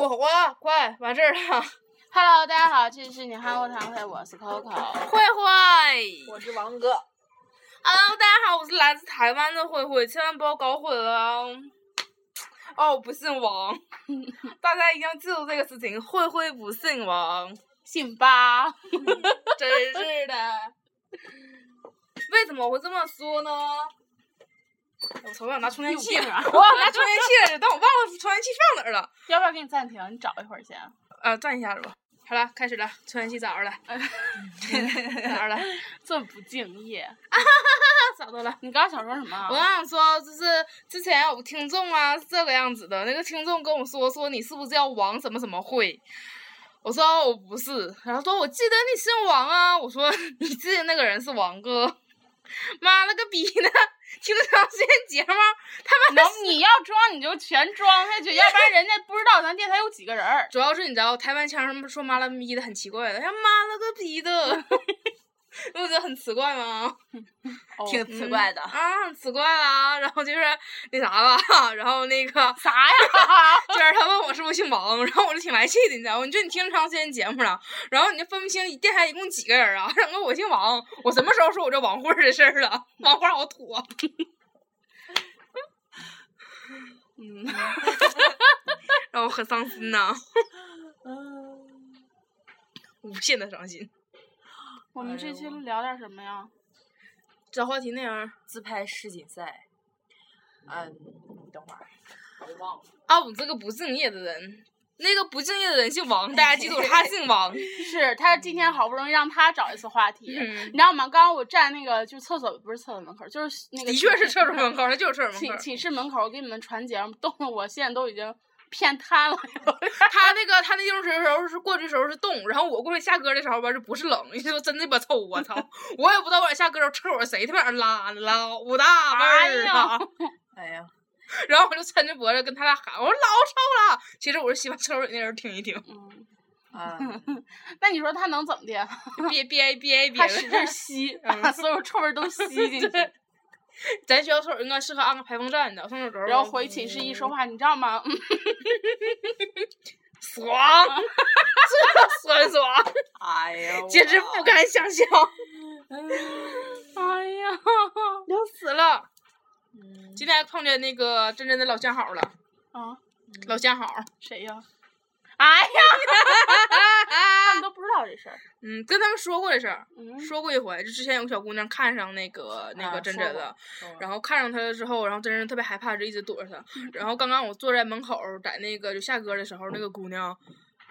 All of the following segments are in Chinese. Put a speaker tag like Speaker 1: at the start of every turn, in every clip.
Speaker 1: 火锅，快完事儿了。
Speaker 2: Hello，大家好，这里是你韩国堂会，我是 Coco。
Speaker 1: 慧慧
Speaker 3: 我是王哥，
Speaker 1: ，Hello，大家好，我是来自台湾的慧慧，千万不要搞混了哦。哦，不姓 王，大家一定要记住这个事情。慧慧不姓王，
Speaker 2: 姓八，
Speaker 1: 真是的。 为什么我会这么说呢？我操！我想拿充电器，
Speaker 2: 有病 啊
Speaker 1: 我 想拿充电器，但我忘了充电器放哪儿了。
Speaker 2: 要不要给你暂停？你找一会 儿先。
Speaker 1: 呃，转一下子吧。好了，开始了，充电器咋着了？咋着了？
Speaker 2: 这么不敬 业。
Speaker 1: 咋着了？
Speaker 2: 你刚刚想说什么啊？
Speaker 1: 我想说，就是之前有听众啊，是这个样子的。那个听众跟我说，说你是不是叫王什么什么会？我说我不是，然后说我记得你姓王啊。我说你记得那个人是王哥， 妈了个逼的！听这长时间节目，他们
Speaker 2: 能，你要装你就全装下去，要不然人家不知道咱电台有几个 人儿。
Speaker 1: 主要是你知道台湾腔他们说妈了咪的很奇怪的，哎呀妈了个逼的， 你不觉得很奇怪吗？
Speaker 2: 哦
Speaker 3: 挺奇怪的。
Speaker 1: 啊，很奇怪啊。然后就是那啥吧， 然后那 个
Speaker 2: 啥呀？
Speaker 1: 就是他问我是不是姓王，然后我就挺来气的，你知道吗？你说你听这么长时间节目了，然后你就分不清电台一共几个人啊？然后我姓王，我什么时候说我这王慧儿的事儿了？王慧儿好土啊！
Speaker 2: 嗯，
Speaker 1: 让我很伤心呐、
Speaker 2: 嗯
Speaker 1: 无限的伤心。
Speaker 2: 我们这期聊点什么呀？
Speaker 1: 找话题那样儿
Speaker 3: 自拍世锦赛，嗯，等会儿，我忘了。
Speaker 1: 啊，我这个不敬业的人，那个不敬业的人姓王，大家记住他姓 王。
Speaker 2: 是他今天好不容易让他找一次话题，
Speaker 1: 哎嗯
Speaker 2: 你知道吗？刚刚我站那个就厕所不是厕所门口，就是那个
Speaker 1: 的确是厕所门口，他就是厕所门
Speaker 2: 寝
Speaker 1: 口。
Speaker 2: 寝室门口，我给你们传节目，冻得我现在都已经骗瘫了。
Speaker 1: 他那个他那种时候是过去时候是冻，然后我过去下歌的时候吧，是不是冷？你说真的吧，臭我 操！我也不知道我俩下歌的时候厕所谁他妈拉老大味儿 啊！
Speaker 3: 哎呀，
Speaker 1: 然后我就抻着脖子跟他俩喊，我说老臭了。其实我是希望厕所里那人听一 听，
Speaker 2: 嗯，
Speaker 1: 啊
Speaker 3: 嗯，
Speaker 2: 那你说他能怎 么的？
Speaker 1: 憋憋憋憋
Speaker 2: 他使
Speaker 1: 的。，
Speaker 2: 劲吸，把所有臭味儿都吸进去
Speaker 1: 咱学校厕所应该适合安个排风扇的，上厕所
Speaker 2: 然后回寝室一说话，你知道吗？嗯
Speaker 1: 爽， 这酸爽，
Speaker 3: 哎呀，
Speaker 1: 简直不敢想象，
Speaker 2: 哎呀，
Speaker 1: 要死了。
Speaker 3: 嗯
Speaker 1: 今天还碰见那个真真的老相好了，
Speaker 2: 啊，
Speaker 1: 老相好。
Speaker 2: 谁呀？
Speaker 1: 哎呀，
Speaker 2: 他们都不知道这事儿。
Speaker 1: 嗯，跟他们说过这事儿，
Speaker 2: 嗯，
Speaker 1: 说过一回。就之前有个小姑娘看上那个那
Speaker 3: 啊
Speaker 1: 个珍
Speaker 3: 说
Speaker 1: 珍
Speaker 3: 过嗯
Speaker 1: 了，
Speaker 3: 说
Speaker 1: 然后看上她了之后，然后珍珍特别害怕，就一直躲着她。
Speaker 3: 嗯
Speaker 1: 然后刚刚我坐在门口儿，在那个就下歌的时候，那个姑娘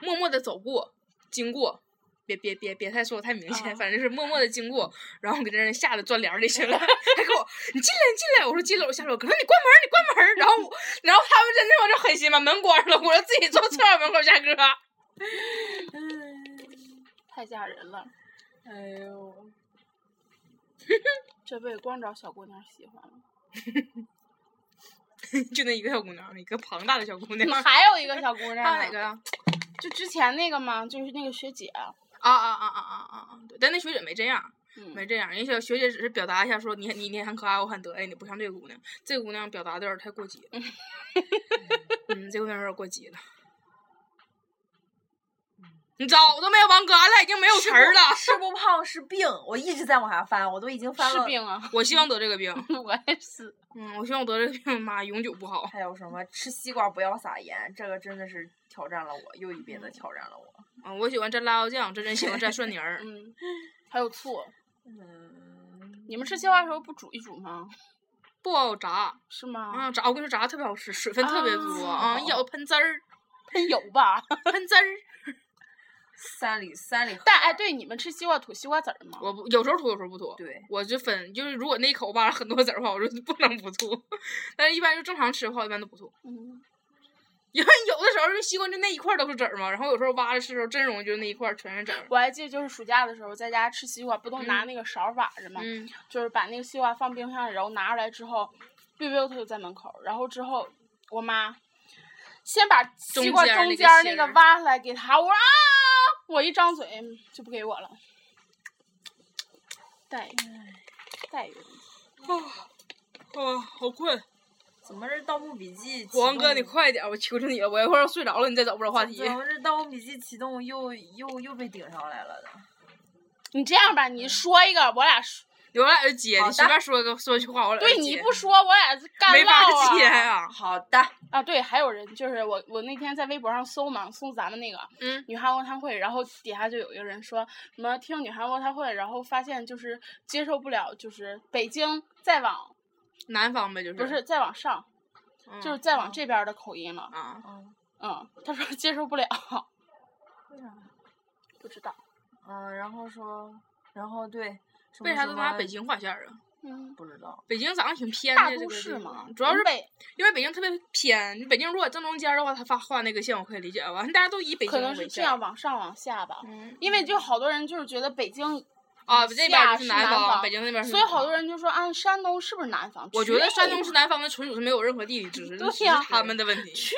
Speaker 1: 默默的走过，经过。别别别别太说得太明显，
Speaker 2: 啊
Speaker 1: 反正是默默的经
Speaker 3: 嗯
Speaker 1: 过，然后给这人吓得钻帘儿里 去了。还给我，你进来你进来，我说进来我下楼，可说你关门儿你关门儿，然后我然后他们真的我就狠心把门关了，我就自己坐厕所门口下歌。
Speaker 2: 太吓人了，
Speaker 3: 哎呦，
Speaker 2: 这辈子光找小姑娘喜欢了。
Speaker 1: 就那一个小姑娘，一个庞大的小姑娘。
Speaker 2: 那嗯还有一个小姑娘，
Speaker 1: 还有哪？个啊？
Speaker 2: 就之前那个嘛，就是那个学姐。
Speaker 1: 啊啊啊啊啊啊啊！对，但那学姐没这样，
Speaker 2: 嗯，
Speaker 1: 没这样。人家小学姐只是表达一下说你你你很可爱，我很得意，你不像这个姑娘。这个姑娘表达的有点太过激了。嗯，这个姑娘有点过激了。你早都没有王哥，俺俩已经没有
Speaker 3: 啊
Speaker 1: 词儿了。
Speaker 3: 吃不胖是病，我一直在往下翻，我都已经翻
Speaker 2: 是
Speaker 3: 了。
Speaker 2: 病啊，
Speaker 1: 我希望得这个病，
Speaker 2: 我也是。
Speaker 1: 嗯，我希望我得这个病，妈永久不好。
Speaker 3: 还有什么吃西瓜不要撒盐，这个真的是挑战了我，又一遍的挑战了我。
Speaker 1: 嗯，我喜欢蘸辣椒酱，真真喜欢蘸蒜泥 儿。
Speaker 2: 嗯，还有醋。
Speaker 3: 嗯，
Speaker 2: 你们吃西瓜的时候不煮一煮吗？
Speaker 1: 不好炸
Speaker 2: 是吗？
Speaker 1: 啊，炸我跟你说炸的特别好吃，水分特别多
Speaker 2: 啊
Speaker 1: 啊，一咬喷滋儿，嗯
Speaker 2: 喷油吧。
Speaker 1: 喷滋儿。
Speaker 3: 三里三里河，
Speaker 2: 但哎，对，你们吃西瓜吐西瓜籽儿吗？
Speaker 1: 我不有时候吐，有时候不吐。
Speaker 3: 对，
Speaker 1: 我就分，就是如果那一口吧 很多籽儿的话，我就不能不吐。但是一般就正常吃的话，一般都不吐。
Speaker 2: 嗯，
Speaker 1: 因为有的时候就西瓜就那一块儿都是籽儿嘛，然后有时候挖着吃的时候，真容易就那一块儿全是籽儿。
Speaker 2: 我还记得就是暑假的时候在家吃西瓜，不都拿那个勺儿挖着吗？
Speaker 1: 嗯，
Speaker 2: 就是把那个西瓜放冰箱里，然后拿出来之后，biu biu 它就在门口，然后之后我妈先把西瓜
Speaker 1: 中间儿
Speaker 2: 中
Speaker 1: 那个
Speaker 2: 间儿那
Speaker 1: 芯
Speaker 2: 个
Speaker 1: 儿
Speaker 2: 挖下来给他，我说啊，我一张嘴就不给我了，待遇待遇问题，
Speaker 1: 啊，好困。
Speaker 3: 怎么是《盗墓笔记》启
Speaker 1: 国王哥，
Speaker 3: 动
Speaker 1: 你快点儿，我求求你了，我一会儿要睡着了，你再找不着话题。
Speaker 3: 怎么是《盗墓笔记》启动又又又被顶上来了呢？
Speaker 2: 你这样吧，你说一个，我俩说
Speaker 1: 我俩是接，
Speaker 3: 好
Speaker 1: 你
Speaker 3: 的
Speaker 1: 随便说个说句话，我俩
Speaker 2: 对
Speaker 1: 就
Speaker 2: 你
Speaker 1: 接
Speaker 2: 不说，我俩干
Speaker 1: 没法
Speaker 2: 唠啊
Speaker 1: 接啊。
Speaker 3: 好的，
Speaker 2: 啊，对，还有人就是我，我那天在微博上搜嘛，搜咱们那个
Speaker 1: 嗯
Speaker 2: 女汉卧谈会，然后底下就有一个人说什么听女汉卧谈会，然后发现就是接受不了，就是北京再往
Speaker 1: 南方呗，就是
Speaker 2: 不是再往上，
Speaker 1: 嗯
Speaker 2: 就是再往这边儿的口音了。
Speaker 1: 啊，
Speaker 3: 嗯
Speaker 2: 嗯，他说接受不了， 嗯
Speaker 3: 为啥？
Speaker 2: 不知道。
Speaker 3: 嗯，然后说，然后对，什
Speaker 1: 为
Speaker 3: 么
Speaker 1: 啥
Speaker 3: 什
Speaker 1: 都拿
Speaker 3: 么
Speaker 1: 北？京话线儿啊？
Speaker 2: 嗯，
Speaker 3: 不知道，
Speaker 1: 北京长得挺偏的，
Speaker 2: 大
Speaker 1: 这
Speaker 2: 都
Speaker 1: 个地
Speaker 2: 市
Speaker 1: 方
Speaker 2: 嘛，
Speaker 1: 主要
Speaker 2: 人
Speaker 1: 是
Speaker 2: 北
Speaker 1: 因为北京特别偏，北京如果正中间儿的话，它发画那个线我可以理解吧，大家都以北京
Speaker 2: 可
Speaker 1: 为
Speaker 2: 能是这
Speaker 1: 线
Speaker 2: 样往上往下吧，
Speaker 1: 嗯
Speaker 2: 因为就好多人就是觉得北京
Speaker 1: 啊，
Speaker 2: 以
Speaker 1: 这边
Speaker 2: 下
Speaker 1: 儿就是是
Speaker 2: 南
Speaker 1: 方，北京那边儿是
Speaker 2: 所以好多
Speaker 1: 人。
Speaker 2: 人就说啊，山东是不是南方？
Speaker 1: 我觉得山东
Speaker 2: 去
Speaker 1: 是南方跟纯属是没有任何地理知识，
Speaker 2: 对
Speaker 1: 只是
Speaker 2: 呀
Speaker 1: 他们的问题。
Speaker 2: 去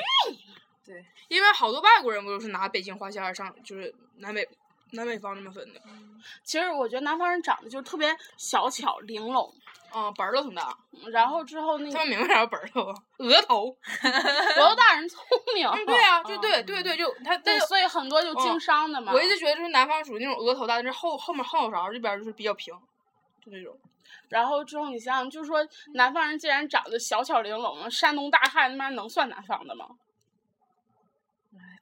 Speaker 3: 对，
Speaker 1: 因为好多外国人不就是拿北京划线儿上，就是南北南北方这么分的，
Speaker 2: 其实我觉得南方人长得就特别小巧玲珑，
Speaker 1: 啊，本儿都挺大，
Speaker 2: 嗯然后之后那
Speaker 1: 他
Speaker 2: 个
Speaker 1: 们明白啥叫本儿头啊，额头。
Speaker 2: 罗大人聪明，
Speaker 1: 嗯，对啊，就
Speaker 2: 嗯
Speaker 1: 对对对，就他，但
Speaker 2: 对，
Speaker 1: 是
Speaker 2: 所以很多就经商的嘛。
Speaker 1: 我一直觉得就是南方属于那种额头大，但是后后面后脑勺这边儿就是比较平，就那种。
Speaker 2: 然后之后你想想，就是说南方人既然长得小巧玲珑了，山东大汉他妈能算南方的吗？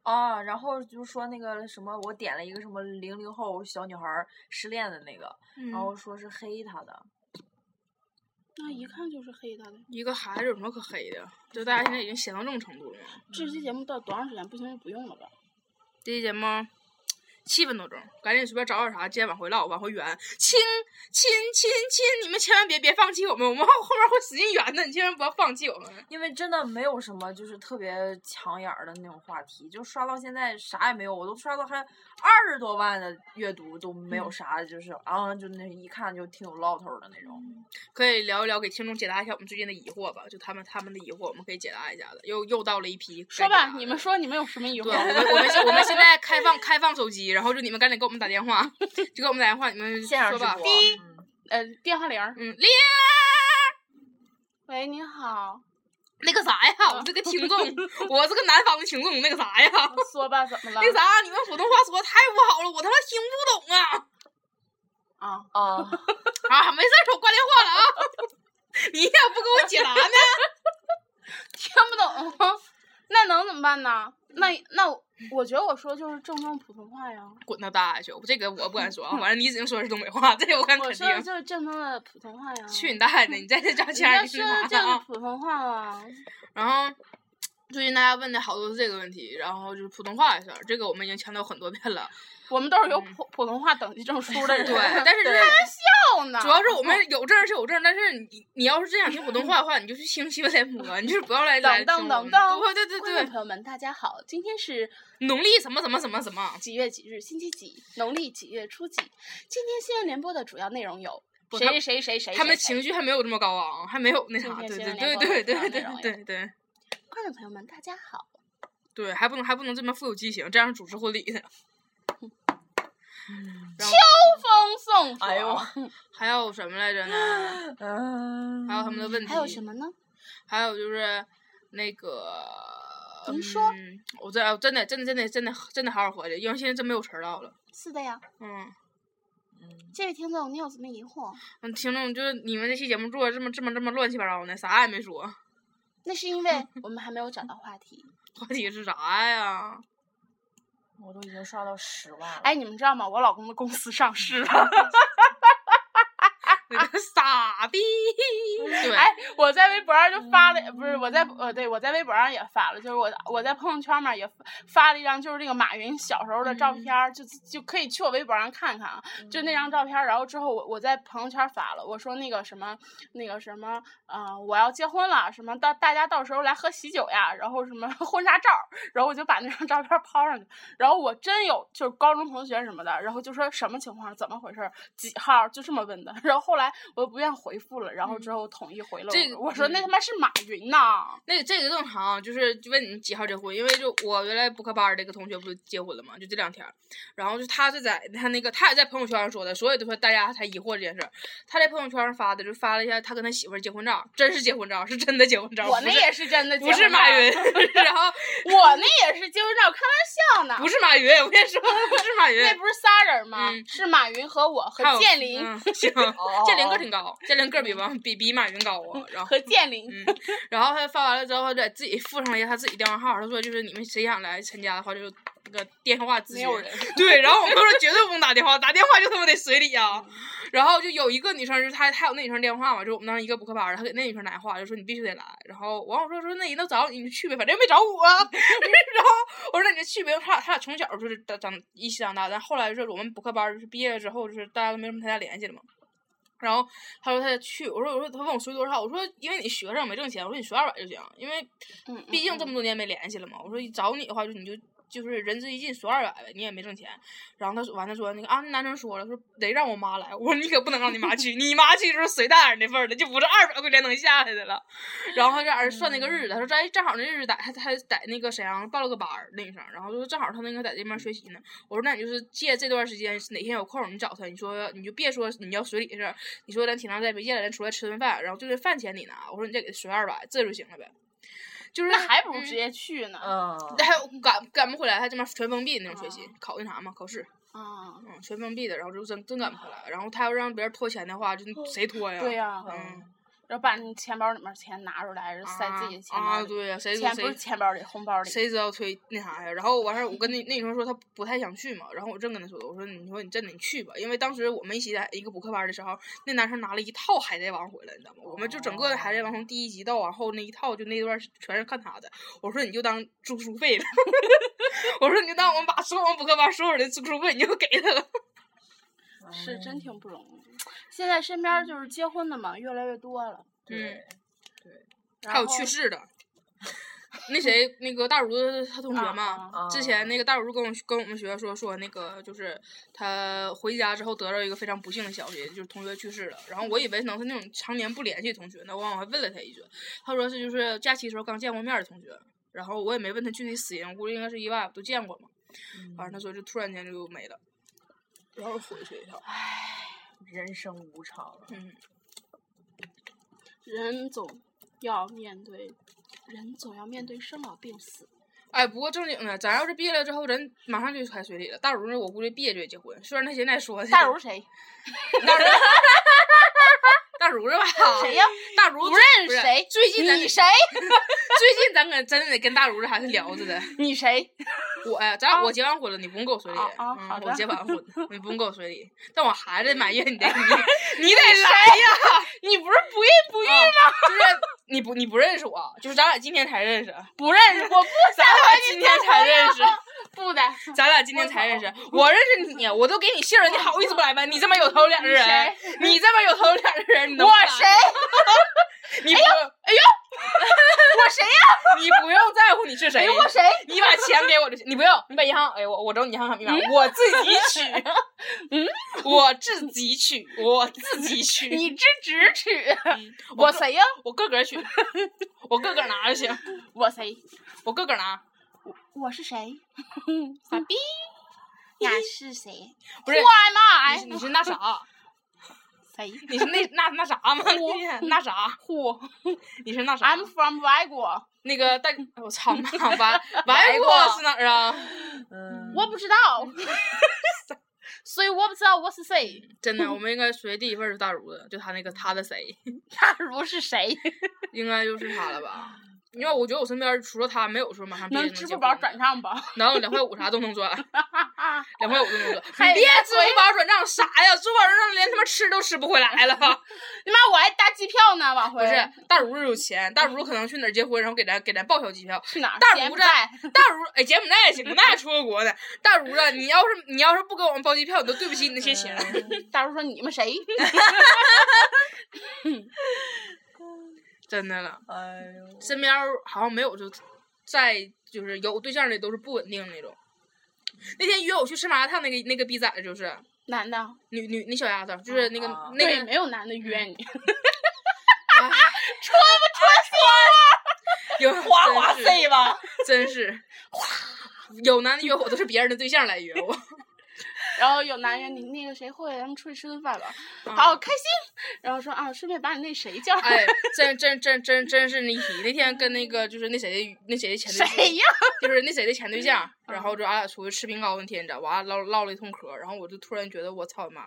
Speaker 3: 啊，然后就说那个什么，我点了一个什么零零后小女孩儿失恋的那个，
Speaker 1: 然
Speaker 3: 然
Speaker 1: 后
Speaker 3: 后说是黑她的，
Speaker 2: 那一看就是黑他的。
Speaker 1: 一个孩子有什么可黑的？就大家现在已经闲到这种程度了吗。
Speaker 2: 这期节目到底多长时间？不行就不用了吧。
Speaker 1: 这期节目七分多钟，赶紧随便找点啥，接着往回唠，往回圆。亲亲亲亲，你们千万别别放弃我们，我们后后面会使劲圆的，你千万不要放弃我们。
Speaker 3: 因为真的没有什么就是特别抢眼儿的那种话题，就刷到现在啥也没有，我都刷到还二十多万的阅读都没有啥，就是啊，就那一看就挺有唠头儿的那种。
Speaker 1: 可以聊一聊，给听众解答一下我们最近的疑惑吧，就他们他们的疑惑，我们可以解答一下的。又又到了一批，
Speaker 2: 说
Speaker 1: 该解
Speaker 2: 吧
Speaker 1: 答，的
Speaker 2: 你们。说你们有什么疑
Speaker 1: 对，我啊
Speaker 2: 惑？
Speaker 1: 们我们现我们现在开放开放手机，然后就你们赶紧给我们打电话， 就给我们打电话，你们
Speaker 3: 线上
Speaker 1: 说
Speaker 3: 直
Speaker 1: 吧
Speaker 3: 播。，嗯
Speaker 2: 呃，电话铃儿。
Speaker 1: 嗯，另
Speaker 2: 喂，你好，
Speaker 1: 那个啥呀，我这个听 众，我这个南方的听众，那个啥呀，
Speaker 2: 说吧，怎么了？
Speaker 1: 那个 啥，你们普通话说的太不好了，我他妈听不懂啊！
Speaker 2: 啊，
Speaker 3: 啊，
Speaker 1: 啊，没事儿，我挂电话了啊！ 你咋不给我解答呢？
Speaker 2: 听不懂，啊那能怎么办呢？那那我我觉得我说就是正宗普通话呀，
Speaker 1: 滚到大爷去！这个我不敢说啊，反正你指定说的是东北话，这个我敢
Speaker 2: 我
Speaker 1: 肯
Speaker 2: 说的
Speaker 1: 定。
Speaker 2: 就是正宗的普通话呀。
Speaker 1: 去你大爷的！你在这家
Speaker 2: 人
Speaker 1: 欠
Speaker 2: 家
Speaker 1: 人
Speaker 2: 说
Speaker 1: 家
Speaker 2: 的
Speaker 1: 拿
Speaker 2: 就
Speaker 1: 的
Speaker 2: 是
Speaker 1: 啊！
Speaker 2: 普通话了，
Speaker 1: 然后最近大家问的好多是这个问题，然后就是普通话的事儿，这个我们已经强调很多遍了。
Speaker 2: 我们都是有普普通话等级证书的人。
Speaker 1: 对，但是就是
Speaker 2: 笑呢。
Speaker 1: 主要是我们有证儿是有证儿，但是你你要是真想听普通话的话，你就去听西北联播，啊你就是不要来来
Speaker 2: 等
Speaker 1: 听我
Speaker 2: 等
Speaker 1: 们。对
Speaker 2: 等等，
Speaker 1: 对对
Speaker 2: 观众
Speaker 1: 对，
Speaker 2: 朋友们，大家好，今天是
Speaker 1: 农历什么什么什么什么，
Speaker 2: 几月几日，星期几，农历几月初几。今天新闻联播的主要内容有
Speaker 1: 不
Speaker 2: 谁
Speaker 1: 他
Speaker 2: 谁谁谁谁，
Speaker 1: 他们
Speaker 2: 谁谁
Speaker 1: 情绪还没有这么高昂，还没有那啥，
Speaker 2: 今
Speaker 1: 对
Speaker 2: 天
Speaker 1: 对
Speaker 2: 新
Speaker 1: 对
Speaker 2: 闻
Speaker 1: 对
Speaker 2: 联
Speaker 1: 对对
Speaker 2: 播
Speaker 1: 对
Speaker 2: 的内容
Speaker 1: 对对。
Speaker 2: 观众朋友们，大家好。
Speaker 1: 对，还不能还不能这么富有激情，这样主持婚礼的。然后
Speaker 2: 风送佛。
Speaker 3: 哎呦，
Speaker 1: 还有什么来着呢？
Speaker 3: 嗯，
Speaker 1: 还有他们的 问题，
Speaker 2: 还有什？么呢？
Speaker 1: 还有就是那个，
Speaker 2: 您说
Speaker 1: 嗯、我这我真的真的真的真的真的好好活着，因为现在真没有词儿唠了。
Speaker 2: 是的呀，
Speaker 1: 嗯
Speaker 3: 嗯
Speaker 2: 这位听众，你有什么疑惑？
Speaker 1: 嗯，听众就是你们这期节目做的这么这么这么乱七八糟呢，啥也没说，
Speaker 2: 那是因为我们还没有找到话题。
Speaker 1: 话题是啥呀？
Speaker 3: 我都已经刷到十万了。
Speaker 2: 哎，你们知道吗？我老公的公司上市了。
Speaker 1: 那个傻 逼，对，
Speaker 2: 啊哎，我在微博上就发了，不是我在呃，对我在微博上也发了，就是我我在朋友圈嘛也发了一张，就是那个马云小时候的照片儿，就就可以去我微博上看看啊，就那张照片儿。然后之后我我在朋友圈发了，我说那个什么那个什么，呃，我要结婚了，什么到大家到时候来喝喜酒呀，然后什么婚纱照儿，然后我就把那张照片儿抛上去，然后我真有就是高中同学什么的，然后就说什么情 况，怎么回事儿，几号，就这么问的。然后后来我又不愿回复了，然后之后统一回了
Speaker 1: 嗯这个
Speaker 2: 我说那
Speaker 1: 嗯
Speaker 2: 他妈是马云呐，
Speaker 1: 那个这个正常，就是就问你几号结婚，因为就我原来补课班儿的一个同学不就结婚了嘛，就这两天儿，然后就他是在他那个他也在朋友圈上说的，所以就说大家才疑惑这件事儿。他在朋友圈上发的，就发了一下他跟他媳妇儿结婚照，真是结婚照，是真的结婚照，
Speaker 2: 我
Speaker 1: 不
Speaker 2: 那
Speaker 1: 是
Speaker 2: 也是真的，
Speaker 1: 不是马云，，然 后
Speaker 2: 我那也是结婚照，开玩笑呢。
Speaker 1: 不是马云，我跟你说不是马云
Speaker 2: 那，不是仨人吗？
Speaker 1: 嗯
Speaker 2: 是马云和我和
Speaker 1: 还有
Speaker 2: 建林、
Speaker 1: 嗯行，
Speaker 3: 哦
Speaker 1: 建林个儿挺高，建林个儿比王比比马云高啊，然后。
Speaker 2: 和建林。
Speaker 1: 嗯，然后他发完了之后，他在自己附上了一下他自己电话号，他说就是你们谁想来参加的话，就是那个电话咨
Speaker 2: 没
Speaker 1: 询
Speaker 2: 有。人，
Speaker 1: 对，然后我们说绝对不能打电话，打电话就他妈得随礼啊。然后就有一个女生，就是她，她有那女生电话嘛，就是我们当时一个补课班儿的，她给那女生打电话，就说你必须得来。然后完我说说那人都找你，你去呗，反正又没找我。啊 然后我说那你就去呗，他俩他俩从小就是长长一起长大，但后来就是我们补课班儿就是毕业了之后，就是大家都没什么太大联系了嘛。然后他说他去，我说我说他问我随多少，我说因为你学生没挣钱，我说你随二百就行，因为
Speaker 2: 嗯
Speaker 1: 毕竟这
Speaker 2: 么
Speaker 1: 么多年没联系了嘛。我说找你的话，就你就就是仁至义尽，随二百呗，你也没挣钱。然后他说完他说那个啊，那男生说了，说得让我妈来。我说你可不能让你妈去，你妈去的时候随大人的份儿了，就不是二百块钱能下来的了。然后他这俩人算那个日子，他说正正好那日子在他他在那个沈阳报了个班儿，那女生，然后就说正好他那个在这边学习呢。我说那你就是借这段时间哪天有空你找他，你说你就别说你要随礼的事儿，你说咱挺长时间没见了，咱出来吃顿饭，然后就这饭钱你拿，我说你再给他随二百，这就行了呗。就是
Speaker 2: 那还不如
Speaker 1: 嗯
Speaker 2: 直接去呢。
Speaker 3: 嗯，
Speaker 1: 还有赶赶不回来，他这边全封闭那种学
Speaker 2: 哦
Speaker 1: 习，考那啥嘛，考试，
Speaker 2: 啊，
Speaker 1: 嗯，全封闭的，然后就真真赶不回来。然后他要让别人拖钱的话，就谁拖呀？
Speaker 2: 哦对呀、
Speaker 1: 嗯，
Speaker 2: 然后把你钱包里面钱拿出来，然后塞自己的钱
Speaker 1: 啊，
Speaker 2: 包
Speaker 1: 啊
Speaker 2: 里。
Speaker 1: 对呀，谁
Speaker 2: 钱不
Speaker 1: 谁
Speaker 2: 是钱包里，红包里。
Speaker 1: 谁知道推那啥呀？然后完事儿，我跟那那女生说她不太想去嘛，然后我正跟她说的，我说你说你真得去吧，因为当时我们一起在一个补课班的时候，那男生拿了一套《海贼王》回来，你知道吗？我们就整个《海贼王》从第一集到往后那一套，就那段是全是看他的。我说你就当住宿费了， 我说你就当我们把所有我们补课班所有人的住宿费你就给他了。
Speaker 2: 嗯
Speaker 3: 嗯
Speaker 2: 是真挺不容易。现在身边就是结婚的嘛，越来越多了。
Speaker 1: 嗯，
Speaker 2: 然
Speaker 1: 还有
Speaker 2: 后
Speaker 1: 去世的。那谁，那个大如他同学嘛，
Speaker 2: 啊
Speaker 3: 啊
Speaker 1: 之前那个大如跟我跟我们学校说说那个就是他回家之后得到一个非常不幸的消息，就是同学去世了。然后我以为能是那种常年不联系的同学呢，我还问了他一句，他说是就是假期时候刚见过面的同学。然后我也没问他具体死因，我估计应该是意外，都见过嘛。
Speaker 3: 嗯
Speaker 1: 反正他说就突然间就没了，然后回去一趟。
Speaker 3: 人生无常，
Speaker 1: 嗯，
Speaker 2: 人总要面对，人总要面对生老病死。
Speaker 1: 哎，不过正经的，咱要是毕业了之后，人马上就开随礼了。大如那我估计毕业就得结婚，虽然他现在说
Speaker 2: 大如谁？
Speaker 1: 大如， 大如是吧？
Speaker 2: 谁呀？
Speaker 1: 大如
Speaker 2: 不
Speaker 1: 最
Speaker 2: 认
Speaker 1: 啊是
Speaker 2: 识谁？
Speaker 1: 最近咱
Speaker 2: 你谁？
Speaker 1: 最近咱跟真得跟大如这还是聊着的。
Speaker 2: 你谁？
Speaker 1: 我哎呀，咱
Speaker 2: 啊
Speaker 1: 我结完婚了，你不用给我随礼。
Speaker 2: 啊啊
Speaker 1: 嗯
Speaker 2: 好的
Speaker 1: 我结完婚了，你不用给我随 礼，但我还得满月，你得你你得来呀！
Speaker 2: 你不是不孕不育吗？
Speaker 1: 就是 你不你不认识我，就是咱俩今天才认识，
Speaker 2: 不认识，我不
Speaker 1: 咱
Speaker 2: 想
Speaker 1: 俩
Speaker 2: 和
Speaker 1: 今
Speaker 2: 你
Speaker 1: 天
Speaker 2: 做
Speaker 1: 才
Speaker 2: 朋
Speaker 1: 认
Speaker 2: 友
Speaker 1: 识，
Speaker 2: 不的。
Speaker 1: 咱俩今天才认识。我认识你，我都给你信儿了，你好意思不来吗？你这么有头脸的人，你这么有头脸的人，你能
Speaker 2: 我哎
Speaker 1: 不来
Speaker 2: 谁？？
Speaker 1: 你不用
Speaker 2: 我谁呀？
Speaker 1: 你不用在乎你是谁
Speaker 2: 哎，我谁？
Speaker 1: 你把钱给我就行，你不用，你把银行，哎，我我找你银行卡密码，我自己取，
Speaker 2: 嗯，
Speaker 1: 我自己取，我自己取，
Speaker 2: 你这直取。
Speaker 1: 我
Speaker 2: 我
Speaker 1: 自
Speaker 2: 谁呀？
Speaker 1: 我个个儿取，我个个儿拿就行，
Speaker 2: 我谁？
Speaker 1: 我个个儿拿，
Speaker 2: 我是谁？ 傻逼。那 是谁？
Speaker 1: 不是
Speaker 2: Who am
Speaker 1: 你
Speaker 2: I？
Speaker 1: 是你是那啥，
Speaker 2: 谁
Speaker 1: 你是那那那啥吗？那 啥，
Speaker 2: ？Who？
Speaker 1: 你是那啥
Speaker 2: ？I'm？from 外国，
Speaker 1: 那个但我操妈，完完
Speaker 2: 完
Speaker 1: 过
Speaker 2: 过
Speaker 1: 是哪儿啊？
Speaker 3: 嗯，
Speaker 2: 我不知道， 所以我不知道我是谁。
Speaker 1: 真的，我们应该学第一份是大如的，就他那个他的谁。
Speaker 2: 大如是谁？
Speaker 1: 应该就是他了吧？因为我觉得我身边除了他，没有说马上毕业
Speaker 2: 能
Speaker 1: 结
Speaker 2: 支
Speaker 1: 婚
Speaker 2: 付宝
Speaker 1: 的
Speaker 2: 转，账吧？
Speaker 1: 能两块五啥都能转，两块五都 能转。
Speaker 2: 还
Speaker 1: 你别
Speaker 2: 有人家
Speaker 1: 支付宝转账啥呀？支付宝转账连他妈吃都吃不回来了。
Speaker 2: 你妈，我还搭机票呢，往
Speaker 1: 不
Speaker 2: 回
Speaker 1: 是大如有钱，大如可能去哪儿结婚，然后给咱给咱报销机票。
Speaker 2: 去哪儿？
Speaker 1: 大
Speaker 2: 柬
Speaker 1: 如
Speaker 2: 埔
Speaker 1: 在
Speaker 2: 寨，
Speaker 1: 大如哎，柬埔寨也行，那出过国呢。大如啊，你要是你要是不给我们包机票，你都对不起你那些钱。
Speaker 2: 大如说你们谁？
Speaker 1: 真的了，
Speaker 3: 哎呦，
Speaker 1: 身边儿好像没有就在就是有对象的都是不稳定的那种。那天约我去吃麻辣烫那个那个逼崽子就是。
Speaker 2: 男的？
Speaker 1: 女女那小丫头，就是那个、
Speaker 3: 啊
Speaker 1: 那
Speaker 2: 对
Speaker 1: 个
Speaker 2: 没有男的约你，
Speaker 1: 有
Speaker 4: 哗哗
Speaker 1: 真是
Speaker 4: 碎吧。
Speaker 1: 真是，有男的约我都是别人的对象来约我，
Speaker 2: 然后有男人，你那个谁会，咱们出去吃顿饭吧，
Speaker 1: 嗯
Speaker 2: 好开心。然后说啊，顺便把你那谁叫来。
Speaker 1: 哎，真真真真真是那提那天跟那个就是那谁的那谁的前对象
Speaker 2: 谁呀？
Speaker 1: 就是那谁的前对象，然后就俺俩出去吃冰糕那天，你知道吧，完了唠唠了一通嗑，然后我就突然觉得我操妈，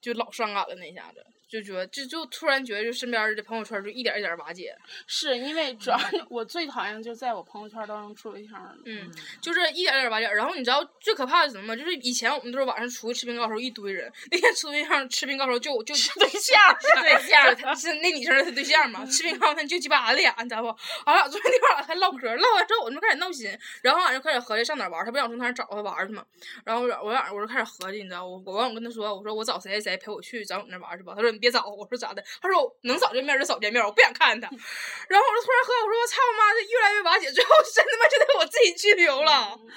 Speaker 1: 就老伤感了那一下子，就觉得就就突然觉得就身边的朋友圈就一点一点瓦解，
Speaker 2: 是因为主要是我最讨厌就在我朋友圈当中处对象了。
Speaker 1: 嗯，就是一点点瓦解。然后你知道最可怕的是什么吗？就是以前我们都是晚上出去吃冰糕的时候一堆人，那天出对象吃冰糕的时候就就对象对象，他是那女生是他对象嘛，吃冰糕他就鸡巴俺俩，你知道不？俺俩坐那块儿还唠嗑，唠完之后我他妈开始闹心，然后俺就开始合计上哪儿玩儿，他不想从那儿找他玩儿去嘛。然后我我俩我就开始合计，你知道我我完我跟他说，我说我找谁谁谁陪我去找你那玩儿去吧。他说你别找我，我说咋的？他说我能少见面就少见面，我不想 看他。然后我就突然合计，我说我操妈，这越来越瓦解，最后真他妈就得我自己去留了。
Speaker 2: 嗯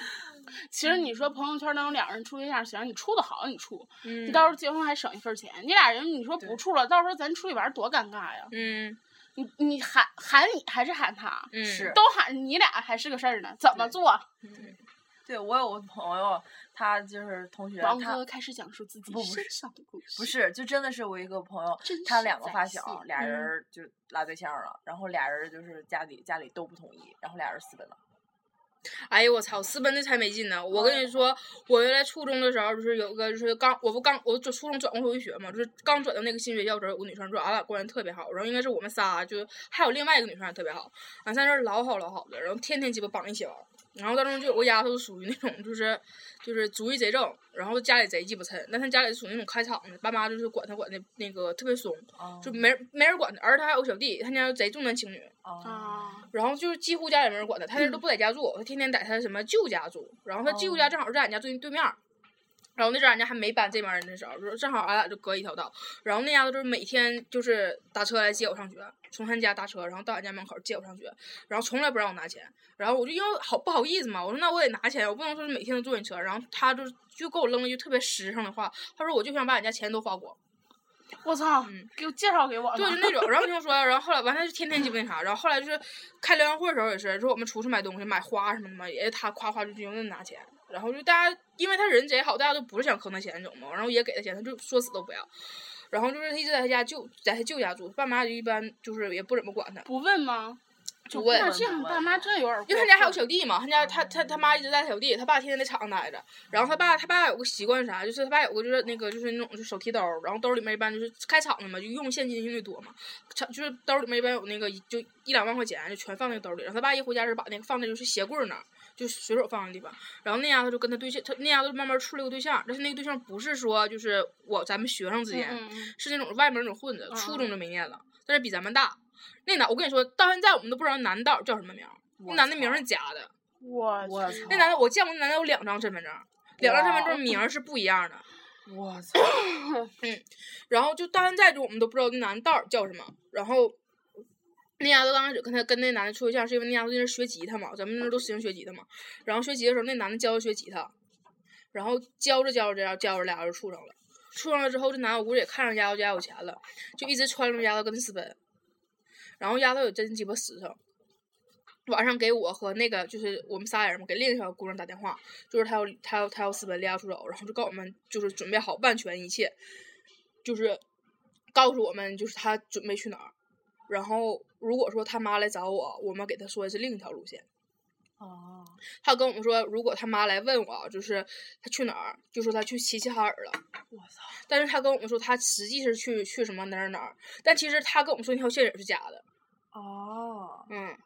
Speaker 2: 其实你说朋友圈当中两个人处对象，行，你处的好你处，
Speaker 1: 嗯
Speaker 2: 你到时候结婚还省一份钱。你俩人你说不处了，到时候咱出去玩多尴尬呀！
Speaker 1: 嗯
Speaker 2: 你你喊喊你还是喊他，
Speaker 1: 嗯
Speaker 3: 是
Speaker 2: 都喊你俩还是个事儿呢，怎么
Speaker 3: 对
Speaker 2: 做？
Speaker 3: 对我有个朋友，他就是同学，
Speaker 2: 王
Speaker 3: 他
Speaker 2: 哥开始讲述自己
Speaker 3: 不不
Speaker 2: 身
Speaker 3: 是
Speaker 2: 上的故事。
Speaker 3: 不，是，就真的是我一个朋友
Speaker 2: 真，
Speaker 3: 他
Speaker 2: 实
Speaker 3: 两个
Speaker 2: 在
Speaker 3: 发
Speaker 2: 线
Speaker 3: 小，俩
Speaker 2: 嗯
Speaker 3: 人儿就拉对象了，然后俩人儿就是家里家里都不同意，然后俩人私奔了。
Speaker 1: 哎呦我操，私奔那才没劲呢！我跟你说，我原来初中的时候就是有个就是刚我不刚我就初中转过回学嘛，就是刚转到那个新学校的时候，有个女生说俺俩关系特别好，然后应该是我们仨就还有另外一个女生也特别好，俺仨人老好老好的，然后天天鸡巴绑一起玩儿。然后当中就有个丫头属于那种就是就是主意贼正，然后家里贼鸡巴抻，但她家里属于那种开厂的，爸妈就是管她管的那个特别松，
Speaker 3: 啊
Speaker 1: 就没人没人管她，而她还有个小弟，他家贼重男轻女。
Speaker 3: 啊，
Speaker 2: 啊，
Speaker 1: 然后就是几乎家里没人管他，他那都不在家住，他天天在他什么舅家住。然后他舅家正好是在俺家对对面儿，然后那阵儿俺家还没搬这边儿人的时候，就是正好俺俩就隔一条道。然后那丫头就是每天就是打车来接我上学，从他家打车，然后到俺家门口接我上学，然后从来不让我拿钱。然后我就因为好不好意思嘛，我说那我得拿钱，我不能说是每天都坐你车。然后他就就给我扔了一句特别实诚的话，他说我就想把俺家钱都花光。
Speaker 2: 我操，给我介绍给我吧。
Speaker 1: 嗯对，就那种。然后听说，然后后来完，他就天天鸡巴那啥。然后后来就是开联欢会的时候也是，说我们出去买东西，买花什么的嘛，也是他夸夸就就那拿钱。然后就大家，因为他人贼好，大家都不是想坑他钱那种嘛。然后也给他钱，他就说死都不要。然后就是他一直在他家舅，在他舅家住，爸妈就一般就是也不怎么管他，
Speaker 2: 不问吗？
Speaker 1: 就
Speaker 2: 我
Speaker 1: 问
Speaker 2: 那。这样爸妈真有点儿过
Speaker 1: 因
Speaker 2: 分，
Speaker 1: 为他家还有小弟嘛，他家他他他妈一直带小弟，他爸天天在厂上待着。然后他爸他爸有个习惯是啥，就是他爸有个就是那个就是那种就是手提兜儿，然后兜里面一般就是开厂的嘛，就用现金用的多嘛，厂就是兜里面一般有那个就一两万块钱就全放那兜里。然后他爸一回家是把那个放在就是鞋柜儿那儿，就随手放的地方。然后那丫头就跟他对象，他那丫头慢慢处了个对象，但是那个对象不是说就是我咱们学生之
Speaker 2: 嗯
Speaker 1: 间，
Speaker 2: 嗯嗯
Speaker 1: 是那种外面那种混子，
Speaker 2: 嗯
Speaker 1: 初中就没念了，但是比咱们大。那男，我跟你说，到现在我们都不知道男道叫什么名儿，那男的名儿是假的。
Speaker 2: 嗯我
Speaker 3: 我
Speaker 2: 去
Speaker 3: 操
Speaker 1: 那男的我见过，那男的有两张身份证儿，两张身份证儿名儿是不一样的。
Speaker 3: 我操！
Speaker 1: 然后就到现在就我们都不知道那男的到底叫什么。然后那丫头刚开始跟他跟那男的处对象，是因为那丫头在那学吉他嘛，咱们那都实行学吉他嘛。然后学吉他的时候，那男的教她学吉他，然后教着教着教着教着俩人就处上了。处上了之后，这男的我估计也看上丫头家有钱了，就一直撺掇丫头跟他私奔。然后丫头也真鸡巴实诚，晚上给我和那个就是我们仨人嘛，给另一个小姑娘打电话，就是她要她要她要私奔离家出走，然后就告我们就是准备好万全一切，就是告诉我们就是她准备去哪儿，然后如果说她妈来找我，我们给她说的是另一条路线。
Speaker 3: 哦，
Speaker 1: 她跟我们说，如果她妈来问我，就是她去哪儿，就说她去齐齐哈尔了。
Speaker 3: 我操！
Speaker 1: 但是她跟我们说，她实际是去去什么哪儿哪儿，但其实她跟我们说那条线也是假的。
Speaker 3: 哦，
Speaker 1: 嗯。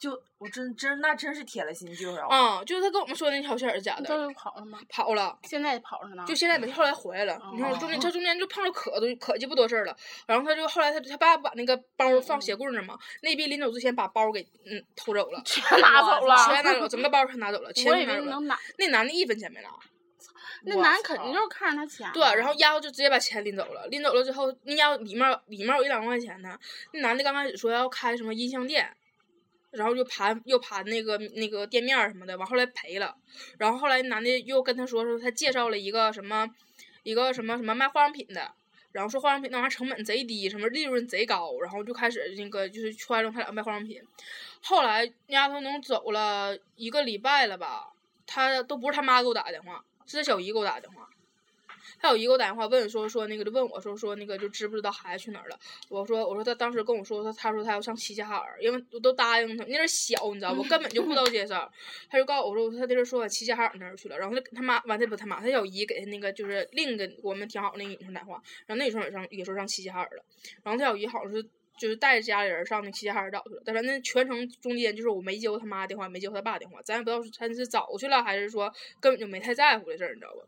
Speaker 3: 就我真真那真是铁了心就是要
Speaker 1: 啊、就是他跟我们说那条线儿是假的，
Speaker 2: 都跑了吗？
Speaker 1: 跑了，
Speaker 2: 现在跑着呢。
Speaker 1: 就现在没后来回来了。
Speaker 2: 哦
Speaker 1: 你看我中间，他中间就碰着可多可鸡巴多事儿了。然后他就后来他他爸把那个包儿放
Speaker 2: 嗯
Speaker 1: 鞋柜儿那儿嘛，那逼临走之前把包儿给嗯偷走了，
Speaker 2: 全拿走了，
Speaker 1: 全拿走， 整个包儿全拿走了，钱
Speaker 2: 我
Speaker 1: 全
Speaker 2: 以
Speaker 1: 拿
Speaker 2: 为
Speaker 1: 走了。
Speaker 2: 能拿，
Speaker 1: 那男的一分钱没拿，
Speaker 2: 那
Speaker 3: 我
Speaker 2: 男
Speaker 3: 操
Speaker 2: 肯定就是看着他钱了。
Speaker 1: 对，啊然后丫头就直接把钱拎走了。拎走了之后，那丫头里面儿里面儿有一两万块钱呢。那男的刚开始说要开什么音像店，然后就盘又盘那个那个店面儿什么的，完后来赔了。然后后来男的又跟他说说他介绍了一个什么一个什么什么卖化妆品的。然后说化妆品那玩意儿成本贼低，什么利润贼高，然后就开始那个就是圈着他俩卖化妆品。后来那丫头能走了一个礼拜了吧，她都不是他妈给我打的电话，是她小姨给我打的电话。她小姨给我打电话问说说那个就问我说说那个就知不知道孩子去哪儿了？我说我说她当时跟我说她她说她要上齐齐哈尔，因为我都答应她，那阵儿小你知道不，根本就不知道介绍。他就告诉我说，他那阵说往齐齐哈尔那儿去了，然后他他妈完他不他妈，他小姨给他那个就是另一个我们挺好那个女生打电话，然后那女生也上也说上齐齐哈尔了，然后他小姨好像是就是带着家里人上那齐齐哈尔找去了，但是那全程中间就是我没接过他妈电话，没接过他爸电话，咱也不知道是他是早去了还是说根本就没太在乎这事儿，你知道吧？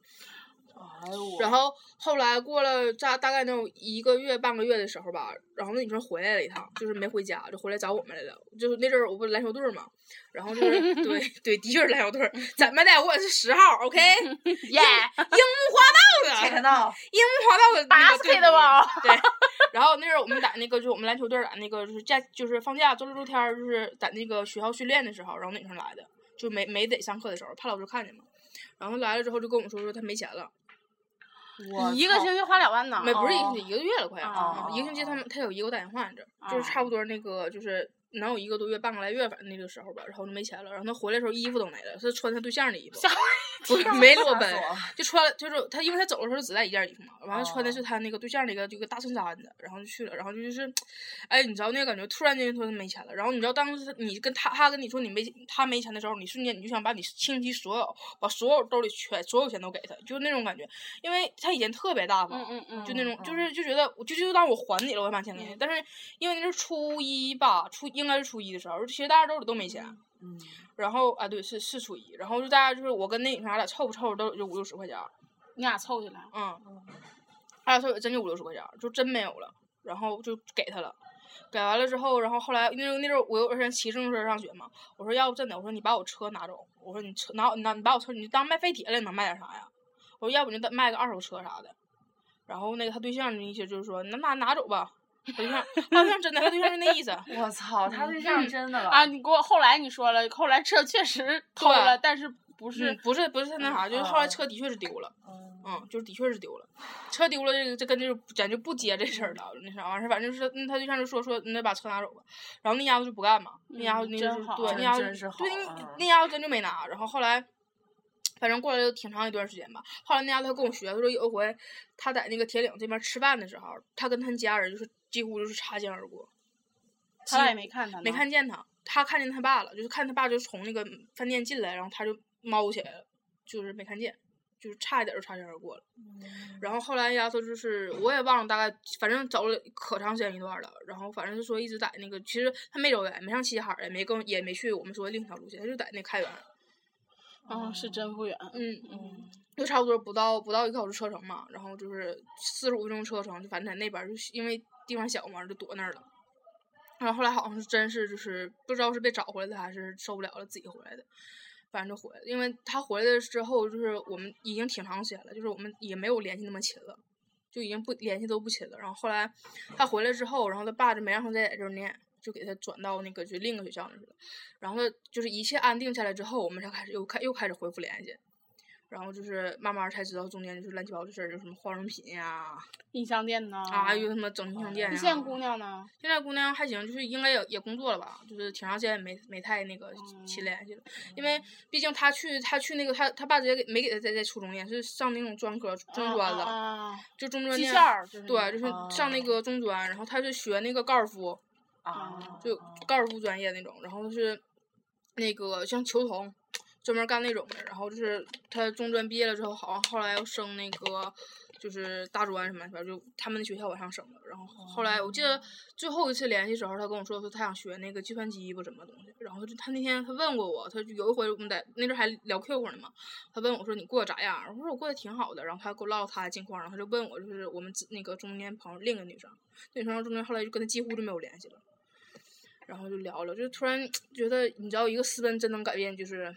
Speaker 3: 哎呦
Speaker 1: 然后后来过了大大概能有一个月半个月的时候吧，然后那女生回来了一趟，就是没回家，就回来找我们来了。就是那阵儿我不是篮球队儿嘛，然后就是对对，的确是篮球队儿，怎么的我也是十号，OK，樱木
Speaker 2: 耶、
Speaker 1: 花道的
Speaker 3: 天， 呐，
Speaker 1: 樱木花道的那个
Speaker 2: basket
Speaker 1: 队伍
Speaker 2: 吧，
Speaker 1: 对，然后那阵儿我们打那个，就是我们篮球队儿打那个，就是假就是放假周六周天儿，就是在那个学校训练的时候，然后那女生来的，就没没得上课的时候，怕老师看见嘛。然后来了之后就跟我们说说她没钱了，
Speaker 3: 我
Speaker 2: 一个
Speaker 3: 操
Speaker 2: 星期花两万呢。嗯
Speaker 1: 没不是一
Speaker 3: 哦
Speaker 1: 个星期，一个月了快要，
Speaker 2: 哦
Speaker 1: 啊一个星期他们他有一个打电话来着，
Speaker 3: 哦
Speaker 1: 就是差不多那个就是能有一个多月半个来月反正那个时候吧，然后就没钱了，然后他回来的时候衣服都没了，是穿他对象的衣服
Speaker 2: 吓，
Speaker 1: 不是没
Speaker 3: 吓
Speaker 1: 裸
Speaker 3: 死
Speaker 1: 奔
Speaker 3: 我了，
Speaker 1: 就穿了就是他因为他走的时候只带一件衣服嘛，完了穿的
Speaker 3: 哦
Speaker 1: 是他那个对象的一个一个大衬衫子，然后就去了，然后就是，哎，你知道那个感觉突然间说他没钱了，然后你知道当时他你跟他他跟你说你没他没钱的时候，你瞬间你就想把你倾其所有把所有兜里全所有钱都给他，就那种感觉，因为他以前特别大方，
Speaker 2: 嗯嗯嗯，
Speaker 1: 就那种，就
Speaker 3: 嗯
Speaker 1: 是就觉得，我就就当我还你了，我把钱给你。但是因为那是初一吧，初应该是初一的时候，其实大家兜里都没钱。
Speaker 3: 嗯
Speaker 1: 然后啊，对，是是初一，然后就大家就是我跟那女生，俺俩凑不凑都也就五六十块钱儿，
Speaker 2: 你俩凑起来，
Speaker 1: 嗯，俺俩凑也真就五六十块钱儿，就真没有了。然后就给他了，给完了之后，然后后来那时候那时候我有段时间骑自行车上学嘛，我说要不真的，我说你把我车拿走，我说你车拿拿你把我车你当卖废铁了，你能卖点啥呀？我说要不你就卖个二手车啥的。然后那个他对象的意思就是说，那拿拿走吧。他对象，他对象真的，他对象就那意思。
Speaker 3: 我操，他对
Speaker 1: 嗯
Speaker 3: 象真的了
Speaker 2: 啊，你给我后来你说了，后来车确实偷
Speaker 1: 对啊嗯
Speaker 2: 了，但是不
Speaker 1: 是
Speaker 2: 是
Speaker 1: 不是不是他那啥，就是后来
Speaker 3: 嗯
Speaker 1: 车的确是丢了，
Speaker 3: 嗯
Speaker 1: 嗯，就是的确是丢了，车丢了这个这跟这咱就不接这事儿了，那啥完事儿，反正就是嗯他对象就说说那把车拿走吧，然后那丫头就不干嘛，那丫头
Speaker 2: 嗯
Speaker 1: 那
Speaker 2: 真
Speaker 1: 个就
Speaker 2: 好
Speaker 1: 对那
Speaker 3: 真
Speaker 1: 丫头
Speaker 3: 真是好
Speaker 1: 对
Speaker 3: 嗯
Speaker 1: 那那丫头真就没拿，然后后来。反正过了挺长一段时间吧。后来那丫头跟我学，她说有一回她在那个铁岭这边吃饭的时候，她跟她家人就是几乎就是擦肩而过，
Speaker 2: 他俩也没看他呢，
Speaker 1: 没看见他，他看见他爸了，就是看他爸就从那个饭店进来，然后他就猫起来了，就是没看见，就是差一点就擦肩而过了。然后后来丫头就是我也忘了，大概反正走了可长时间一段了。然后反正是说一直在那个，其实他没走远，没上齐齐哈尔，也没跟也没去我们说另一条路线，他就在那开原。
Speaker 2: 嗯，是真不远，
Speaker 1: 嗯，
Speaker 2: 嗯，
Speaker 1: 就差不多不到不到一个小时车程嘛，然后就是四十五分钟车程，就反正在那边儿，就是因为地方小嘛，就躲那儿了。然后后来好像是真是就是不知道是被找回来的还是受不了了自己回来的，反正就回来了。因为他回来的之后，就是我们已经挺长时间了，就是我们也没有联系那么勤了，就已经不联系都不勤了。然后后来他回来之后，然后他爸就没让他再在这儿念，就给他转到那个就另一个学校那去了。然后呢就是一切安定下来之后，我们才开始又开又开始恢复联系。然后就是慢慢才知道中间就是乱七八糟的事儿，就什么化妆品呀、
Speaker 2: 印象店呢，
Speaker 1: 啊，又什么整形商店
Speaker 2: 那
Speaker 1: 呀。
Speaker 2: 现在姑娘呢？啊
Speaker 1: 现在姑娘还行，就是应该也也工作了吧，就是挺长时间没没太那个
Speaker 2: 嗯
Speaker 1: 勤联系了，因为毕竟她去她去那个她她爸直接给没给她在在初中念，是上那种专科中专了，
Speaker 2: 啊，
Speaker 1: 就中专
Speaker 2: 技
Speaker 1: 念，
Speaker 2: 校嗯就是
Speaker 1: 对，啊就是
Speaker 3: 哦
Speaker 1: 上那个中专，然后她是学那个高尔夫，
Speaker 3: 啊，
Speaker 1: 就高尔夫专业那种，然后是那个像球童，专门干那种的。然后就是他中专毕业了之后，好像后来又升那个就是大专什么，反正就他们那学校往上升了。然后后来我记得最后一次联系时候，他跟我说说他想学那个计算机不什么东西。然后就他那天他问过我，他就有一回我们在那阵儿还聊 QQ 呢嘛，他问我说你过得咋样？我说我过得挺好的。然后他给我唠他的近况，然后他就问我就是我们那个中间朋友另一个女生，那女生中间后来就跟他几乎就没有联系了。然后就聊了，就突然觉得，你知道，一个私奔真能改变，就是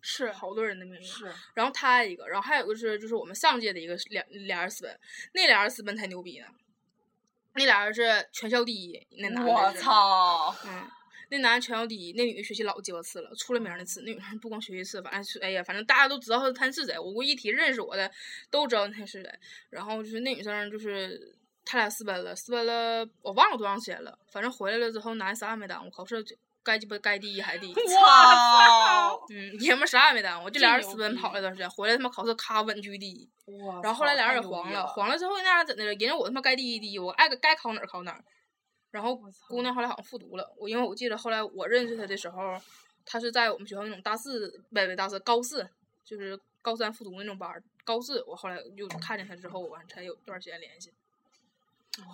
Speaker 1: 是好多人的命运。
Speaker 3: 是
Speaker 1: 然后他一个，然后还有个是，就是我们上届的一个是俩俩人私奔，那俩人私奔才牛逼呢，那俩人是全校第一，那男的
Speaker 3: 我
Speaker 1: 是，
Speaker 3: 操，
Speaker 1: 嗯， 那男的全校第一，那女的学习老鸡巴次了，出了名儿的次。那女的不光学习次，反正是哎呀，反正大家都知道她她是谁，我估计一提认识我的都知道她是谁。然后就是那女生就是。他俩私奔了，私奔了，我忘了多长时间了，反正回来了之后，男啥也没耽误，考试就该鸡巴该第一还第一。
Speaker 3: 哇
Speaker 1: 嗯，爷们儿啥也没耽误，就俩人
Speaker 2: 这牛
Speaker 1: 私奔跑了一段时间，回来他妈考试咔稳居第一。
Speaker 3: 哇
Speaker 1: 然后后来
Speaker 3: 操
Speaker 1: 俩
Speaker 3: 太
Speaker 1: 人也
Speaker 3: 牛逼
Speaker 1: 黄了，黄了之后那俩怎的了？人家我他妈该第一第一，我爱该考哪儿考哪儿。然后
Speaker 3: 我操
Speaker 1: 姑娘后来好像复读了，我因为我记得后来我认识她的时候，她是在我们学校那种大四，不不大四高四，就是高三复读那种班儿。高四我后来就看见她之后，我才有段时间联系。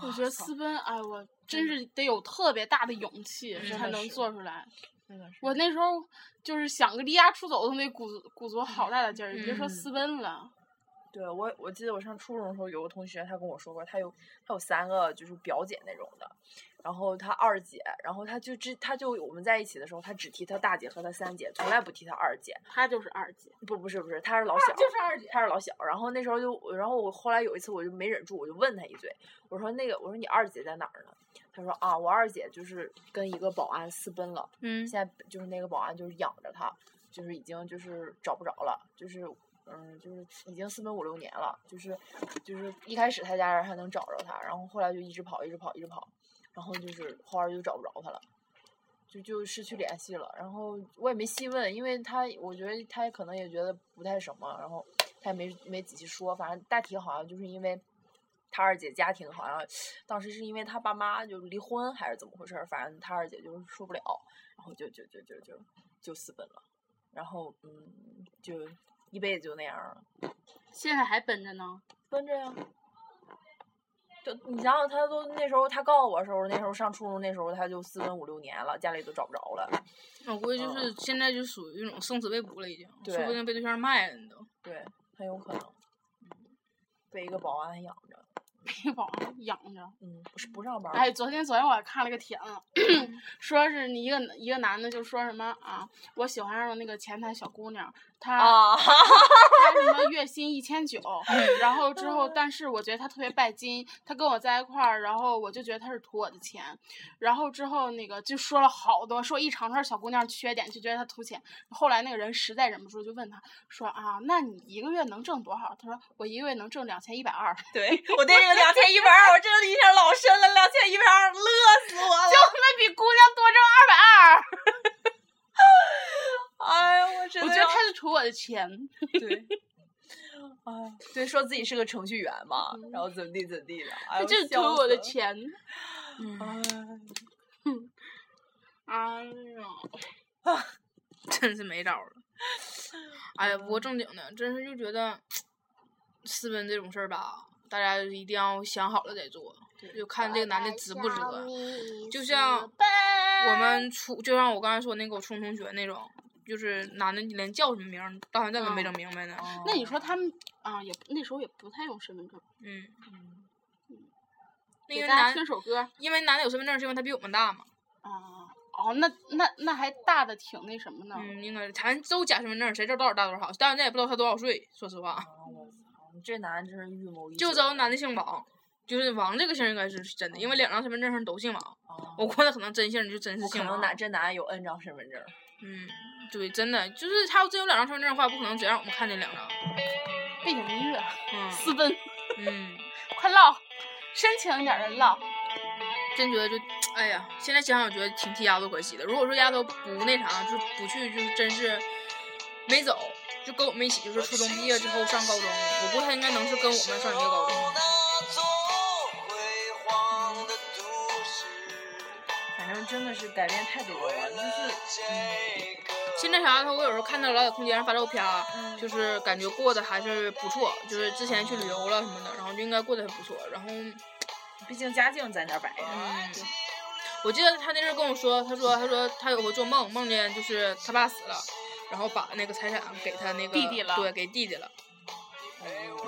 Speaker 2: 我觉得私奔，哎，我真是得有特别大的勇气
Speaker 1: 嗯
Speaker 2: 才
Speaker 3: 真的
Speaker 2: 能
Speaker 3: 是
Speaker 2: 做出来。
Speaker 3: 真的是
Speaker 2: 我那时候就是想个离家出走都得鼓足鼓足好大的劲儿，你别说
Speaker 3: 嗯
Speaker 2: 私奔了，
Speaker 3: 对我，我记得我上初中的时候，有个同学他跟我说过，他有他有三个就是表姐那种的，然后他二姐，然后他就只他就我们在一起的时候，他只提他大姐和他三姐，从来不提他二姐，
Speaker 2: 她就是二姐。
Speaker 3: 不不是不是，他是老小，
Speaker 4: 就是二姐。
Speaker 3: 他是老小。然后那时候就，然后我后来有一次我就没忍住，我就问他一嘴，我说那个我说你二姐在哪儿呢？他说啊，我二姐就是跟一个保安私奔了。
Speaker 1: 嗯
Speaker 3: 现在就是那个保安就是养着他，就是已经就是找不着了，就是嗯，就是已经私奔五六年了，就是就是一开始他家人还能找着他，然后后来就一直跑，一直跑，一直跑，然后就是后来就找不着他了。就就失去联系了，然后我也没细问，因为他我觉得他可能也觉得不太什么，然后他也没没仔细说，反正大体好像就是因为他二姐家庭好像当时是因为他爸妈就离婚还是怎么回事儿，反正他二姐就是受不了，然后就就就就就就私奔了，然后嗯，就一辈子就那样了，
Speaker 2: 现在还奔着呢，
Speaker 3: 奔着呀。就你想想，他都那时候他告我的时候，那时候上初中那时候他就私奔五六年了，家里都找不着了。
Speaker 1: 我估计就是现在就属于那种生死未卜了，已经，
Speaker 3: 对
Speaker 1: 说不定被对象卖了你都。
Speaker 3: 对，很有可能，嗯被一个保安养着，
Speaker 2: 被保安养着。
Speaker 3: 嗯，不是不上班儿，
Speaker 2: 哎，昨天昨天我还看了个帖子， 说是你一个一个男的就说什么啊，我喜欢上了那个前台小姑娘，她、
Speaker 3: 啊，
Speaker 2: 她什么月薪一千九，然后之后，但是我觉得她特别拜金，她跟我在一块儿，然后我就觉得她是图我的钱，然后之后那个就说了好多，说一长串小姑娘缺点，就觉得她图钱。后来那个人实在忍不住就问她说啊，那你一个月能挣多少？她说我一个月能挣两千一百二。
Speaker 3: 对我对这个两千一百二，我真的印象老深了，两千一百二，乐死我了
Speaker 2: 就。他妈比姑娘多挣二百二。
Speaker 3: 哎呀，我真
Speaker 2: 我
Speaker 3: 的
Speaker 2: 觉得
Speaker 3: 要
Speaker 2: 他是图我的钱，
Speaker 3: 对，哎，对，说自己是个程序员嘛，然后怎么地怎么地的，哎
Speaker 2: 他
Speaker 3: 呦，
Speaker 2: 就是图
Speaker 3: 笑
Speaker 2: 我的
Speaker 3: 死了。
Speaker 2: 钱。
Speaker 3: 哎，
Speaker 2: 哎呀，
Speaker 1: 真是没招儿了。哎呀，不过正经的，真是就觉得私奔这种事儿吧，大家一定要想好了再做，就看这个男的值不值。就像我们初，就像我刚才说那个我初中同学那种，就是男的连叫什么名儿到现在都
Speaker 2: 嗯
Speaker 1: 没整明白呢。
Speaker 2: 那你说他们啊，也那时候也不太用身份证，
Speaker 1: 嗯，那
Speaker 2: 给
Speaker 1: 个
Speaker 2: 大家
Speaker 1: 男
Speaker 2: 听首歌
Speaker 1: 因为男的有身份证，是因为他比我们大嘛。
Speaker 2: 啊。哦，那那那还大的挺那什么呢？
Speaker 1: 嗯，应该咱都假身份证，谁知道多少大多少？但咱也不知道他多少岁，说实话，
Speaker 3: 啊我操，你这男的真是预谋已
Speaker 1: 就
Speaker 3: 久啊
Speaker 1: 知道男的姓王。就是王这个姓应该是真的，因为两张身份证上都姓王。
Speaker 3: 啊
Speaker 1: 我啊估计可能真姓儿就真是
Speaker 3: 哦我可
Speaker 1: 姓
Speaker 3: 能
Speaker 1: 王。
Speaker 3: 男这男的有 N 张身份证儿。
Speaker 1: 嗯，对，真的就是他要真有两张身份证的话，不可能只让我们看见两张。
Speaker 2: 背景音乐，
Speaker 1: 嗯
Speaker 2: 私奔，
Speaker 1: 嗯，
Speaker 2: 快唠，深情一点的唠。
Speaker 1: 真觉得就，哎呀，现在想想觉得挺替丫头可惜的。如果说丫头不那啥，就是不去，就是真是没走，就跟我们一起，就是初中毕业之后上高中，我估计她应该能是跟我们上一个高中。
Speaker 3: 反正真的是改变太多了，就是
Speaker 1: 现在小丫头，我有时候看她老在空间上发照片儿，
Speaker 2: 嗯
Speaker 1: 就是感觉过得还是不错，就是之前去旅游了什么的，然后就应该过得还不错，然后。
Speaker 3: 毕竟家境在那儿摆着。
Speaker 1: 嗯，我记得他那阵儿跟我说，他说他说他有回做梦，梦见就是他爸死了，然后把那个财产给他那个
Speaker 2: 弟弟了哎
Speaker 1: 对，给弟弟了。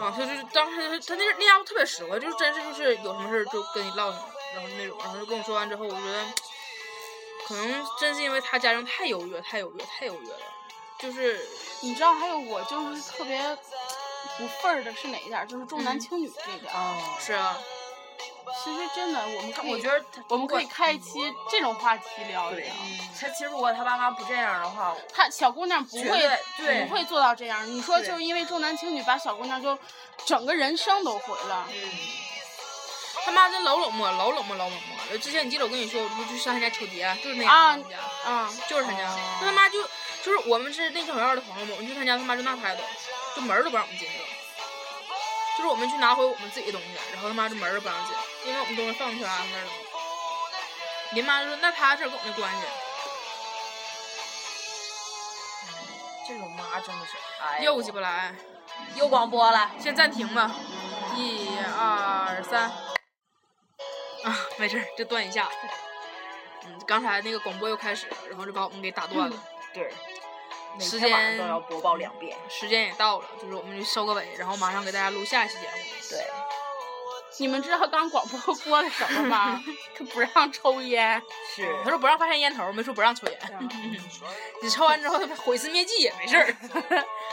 Speaker 1: 啊，他就是当时他那那家伙特别实惠，就是真是就是有什么事儿就跟你唠什么，然后那种，然后就跟我说完之后，我觉得可能真是因为他家庭太优越，太优越，太优越了，就是
Speaker 2: 你知道，还有我就是特别不忿儿的是哪一点儿？就是重男
Speaker 1: 嗯
Speaker 2: 轻女这一点儿。啊
Speaker 3: 哦，
Speaker 1: 是啊，
Speaker 2: 其实真的，我们可以
Speaker 3: 我觉得他
Speaker 2: 我们可以
Speaker 3: 如果
Speaker 2: 开一期这种话题聊一
Speaker 3: 对
Speaker 2: 聊。
Speaker 3: 他其实如果他爸妈不这样的话，
Speaker 2: 她小姑娘不
Speaker 3: 绝
Speaker 2: 会
Speaker 3: 对对
Speaker 2: 不会做到这样。你说
Speaker 3: 对
Speaker 2: 就是因为重男轻女，把小姑娘就整个人生都毁了。
Speaker 3: 嗯
Speaker 1: 他妈真老冷漠，老冷漠，老冷漠。之前你记得我跟你说，我不是去上他家求碟，就是那样他
Speaker 2: 啊
Speaker 1: 们家，
Speaker 2: 嗯，
Speaker 1: 就是他家。
Speaker 3: 哦
Speaker 1: 那他妈就就是我们是那小院儿的朋友嘛，我们去他家，他妈就那态度，就门儿都不让我们进去了。就是我们去拿回我们自己的东西，然后他妈这门儿都不让进，因为我们东西放去啊那儿了。林妈就说：“那他这跟我没关系。”
Speaker 3: 哎这种妈真的是，哎呦
Speaker 1: 又鸡巴来，
Speaker 3: 又广播了，
Speaker 1: 先暂停吧，一二三，啊，没事儿，就断一下。嗯，刚才那个广播又开始，然后就把我们给打断了。
Speaker 3: 对，每
Speaker 1: 时
Speaker 3: 天晚上
Speaker 1: 间
Speaker 3: 都要播报两遍，
Speaker 2: 嗯
Speaker 1: 时间也到了，就是我们就收个尾，然后马上给大家录下一期节目。
Speaker 3: 对，
Speaker 2: 你们知道刚广播播的什么吗？他不让抽烟。
Speaker 3: 是
Speaker 1: 他说不让发现烟头，没说不让抽烟。
Speaker 2: 啊
Speaker 1: 你抽完之后毁尸灭迹也没事 儿，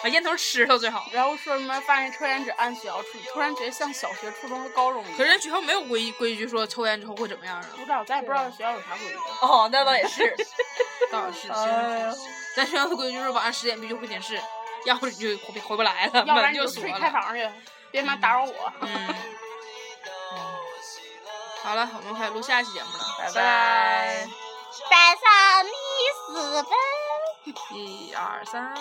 Speaker 1: 把烟头吃了最好。
Speaker 2: 然后说什么发现抽烟者按需要处，突然觉得像小学、初中和高中一样。
Speaker 1: 可是人学校没有规规矩说抽烟之后会怎么样啊？
Speaker 2: 不知道，咱也不知道学校有啥规矩。
Speaker 3: 哦，那倒也是，
Speaker 1: 倒也是，
Speaker 3: 哎呦
Speaker 1: 咱学校的规矩就是晚上十点必须回寝室，要不你就回回不来了，
Speaker 2: 要不然
Speaker 1: 门
Speaker 2: 你
Speaker 1: 就
Speaker 2: 就
Speaker 1: 锁
Speaker 2: 自己开
Speaker 1: 了。
Speaker 2: 房去，别他妈打扰我。
Speaker 1: 嗯，好了，我们开始录下一期节目了，
Speaker 3: 拜拜。
Speaker 2: 带上你私奔。
Speaker 1: 一二三。